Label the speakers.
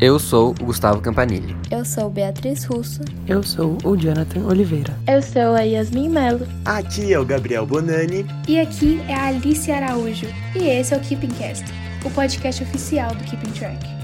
Speaker 1: Eu sou o Gustavo Campanile.
Speaker 2: Eu sou Beatriz Russo.
Speaker 3: Eu sou o Jonathan Oliveira.
Speaker 4: Eu sou a Yasmin Mello.
Speaker 5: Aqui é o Gabriel Bonani.
Speaker 6: E aqui é a Alice Araújo. E esse é o Keeping Cast, o podcast oficial do Keeping Track.